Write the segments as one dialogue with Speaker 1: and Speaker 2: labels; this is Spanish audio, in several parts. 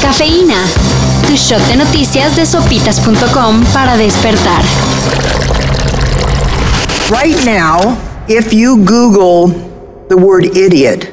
Speaker 1: Cafeína. Tu shot de noticias de sopitas.com para despertar.
Speaker 2: Right now, if you Google the word idiot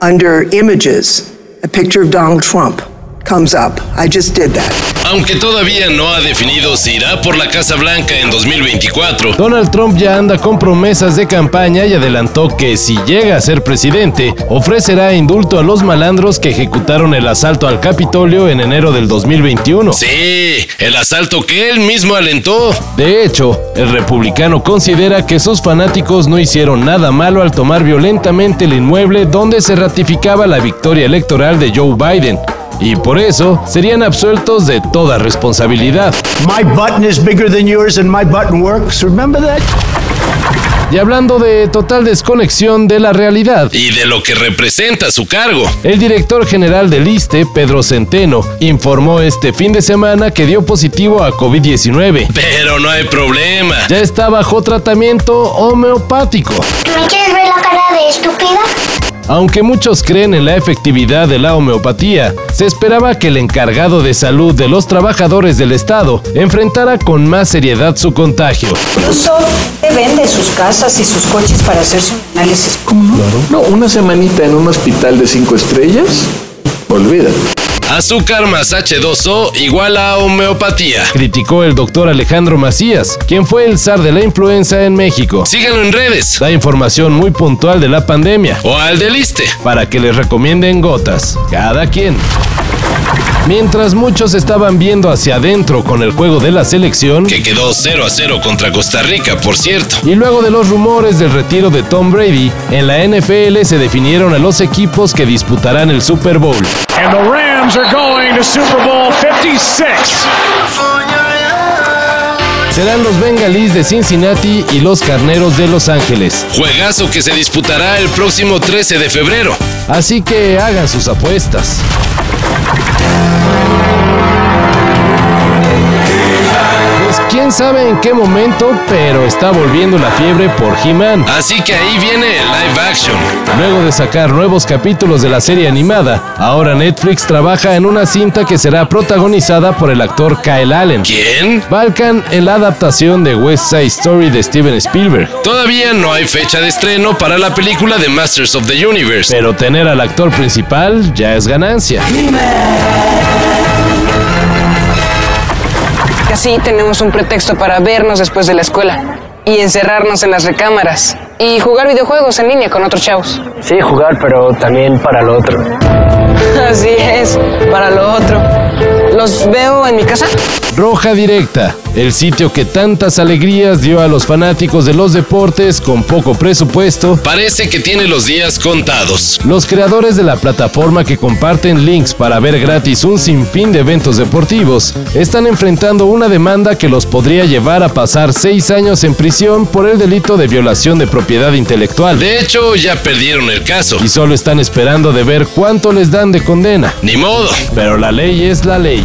Speaker 2: under images, a picture of Donald Trump comes up. I just did that.
Speaker 3: Aunque todavía no ha definido si irá por la Casa Blanca en 2024,
Speaker 4: Donald Trump ya anda con promesas de campaña y adelantó que si llega a ser presidente, ofrecerá indulto a los malandros que ejecutaron el asalto al Capitolio en enero del 2021.
Speaker 3: sí, el asalto que él mismo alentó.
Speaker 4: De hecho, el republicano considera que sus fanáticos no hicieron nada malo al tomar violentamente el inmueble donde se ratificaba la victoria electoral de Joe Biden, y por eso serían absueltos de toda responsabilidad.
Speaker 5: My button is bigger than yours and my button works. Remember that?
Speaker 4: Y hablando de total desconexión de la realidad,
Speaker 3: Y de lo que representa su cargo.
Speaker 4: El director general del ISTE, E, Pedro Centeno, informó este fin de semana que dio positivo a COVID-19.
Speaker 3: Pero no hay problema.
Speaker 4: Ya está bajo tratamiento homeopático.
Speaker 6: ¿Me quieres ver la cara de estúpida?
Speaker 4: Aunque muchos creen en la efectividad de la homeopatía, se esperaba que el encargado de salud de los trabajadores del Estado enfrentara con más seriedad su contagio.
Speaker 7: Incluso vende sus casas y sus coches para hacerse un análisis.
Speaker 8: No, una semanita en un hospital de cinco estrellas, olvídate.
Speaker 3: Azúcar más H2O igual a homeopatía.
Speaker 4: Criticó el doctor Alejandro Macías, quien fue el zar de la influenza en México.
Speaker 3: Síganlo en redes
Speaker 4: Da información muy puntual de la pandemia.
Speaker 3: o al deliste.
Speaker 4: para que les recomienden gotas, cada quien. Mientras muchos estaban viendo hacia adentro con el juego de la selección,
Speaker 3: Que quedó 0 a 0 contra Costa Rica, por cierto.
Speaker 4: y luego de los rumores del retiro de Tom Brady, en la NFL se definieron a los equipos que disputarán el Super Bowl.
Speaker 5: And the Rams are going to Super Bowl 56.
Speaker 4: Serán los Bengalís de Cincinnati y los Carneros de Los Ángeles.
Speaker 3: Juegazo que se disputará el próximo 13 de febrero.
Speaker 4: Así que hagan sus apuestas. Pues Quién sabe en qué momento, pero está volviendo la fiebre por He-Man.
Speaker 3: Así que ahí viene el live action.
Speaker 4: Luego de sacar nuevos capítulos de la serie animada, ahora Netflix trabaja en una cinta que será protagonizada por el actor Kyle Allen.
Speaker 3: ¿Quién?
Speaker 4: Balkan en la adaptación de West Side Story de Steven Spielberg.
Speaker 3: Todavía no hay fecha de estreno para la película de Masters of the Universe.
Speaker 4: Pero tener al actor principal ya es ganancia.
Speaker 9: Así tenemos un pretexto para vernos después de la escuela y encerrarnos en las recámaras y jugar videojuegos en línea con otros chavos.
Speaker 10: Sí, jugar, pero también para lo otro.
Speaker 9: Así es, para lo otro. Los veo en mi casa.
Speaker 4: Roja Directa, el sitio que tantas alegrías dio a los fanáticos de los deportes con poco presupuesto,
Speaker 3: Parece que tiene los días contados.
Speaker 4: Los creadores de la plataforma que comparten links para ver gratis un sinfín de eventos deportivos están enfrentando una demanda que los podría llevar a pasar seis años en prisión por el delito de violación de propiedad intelectual.
Speaker 3: De hecho, ya perdieron el caso.
Speaker 4: Y solo están esperando de ver cuánto les dan de condena.
Speaker 3: Ni modo.
Speaker 4: Pero la ley es la ley.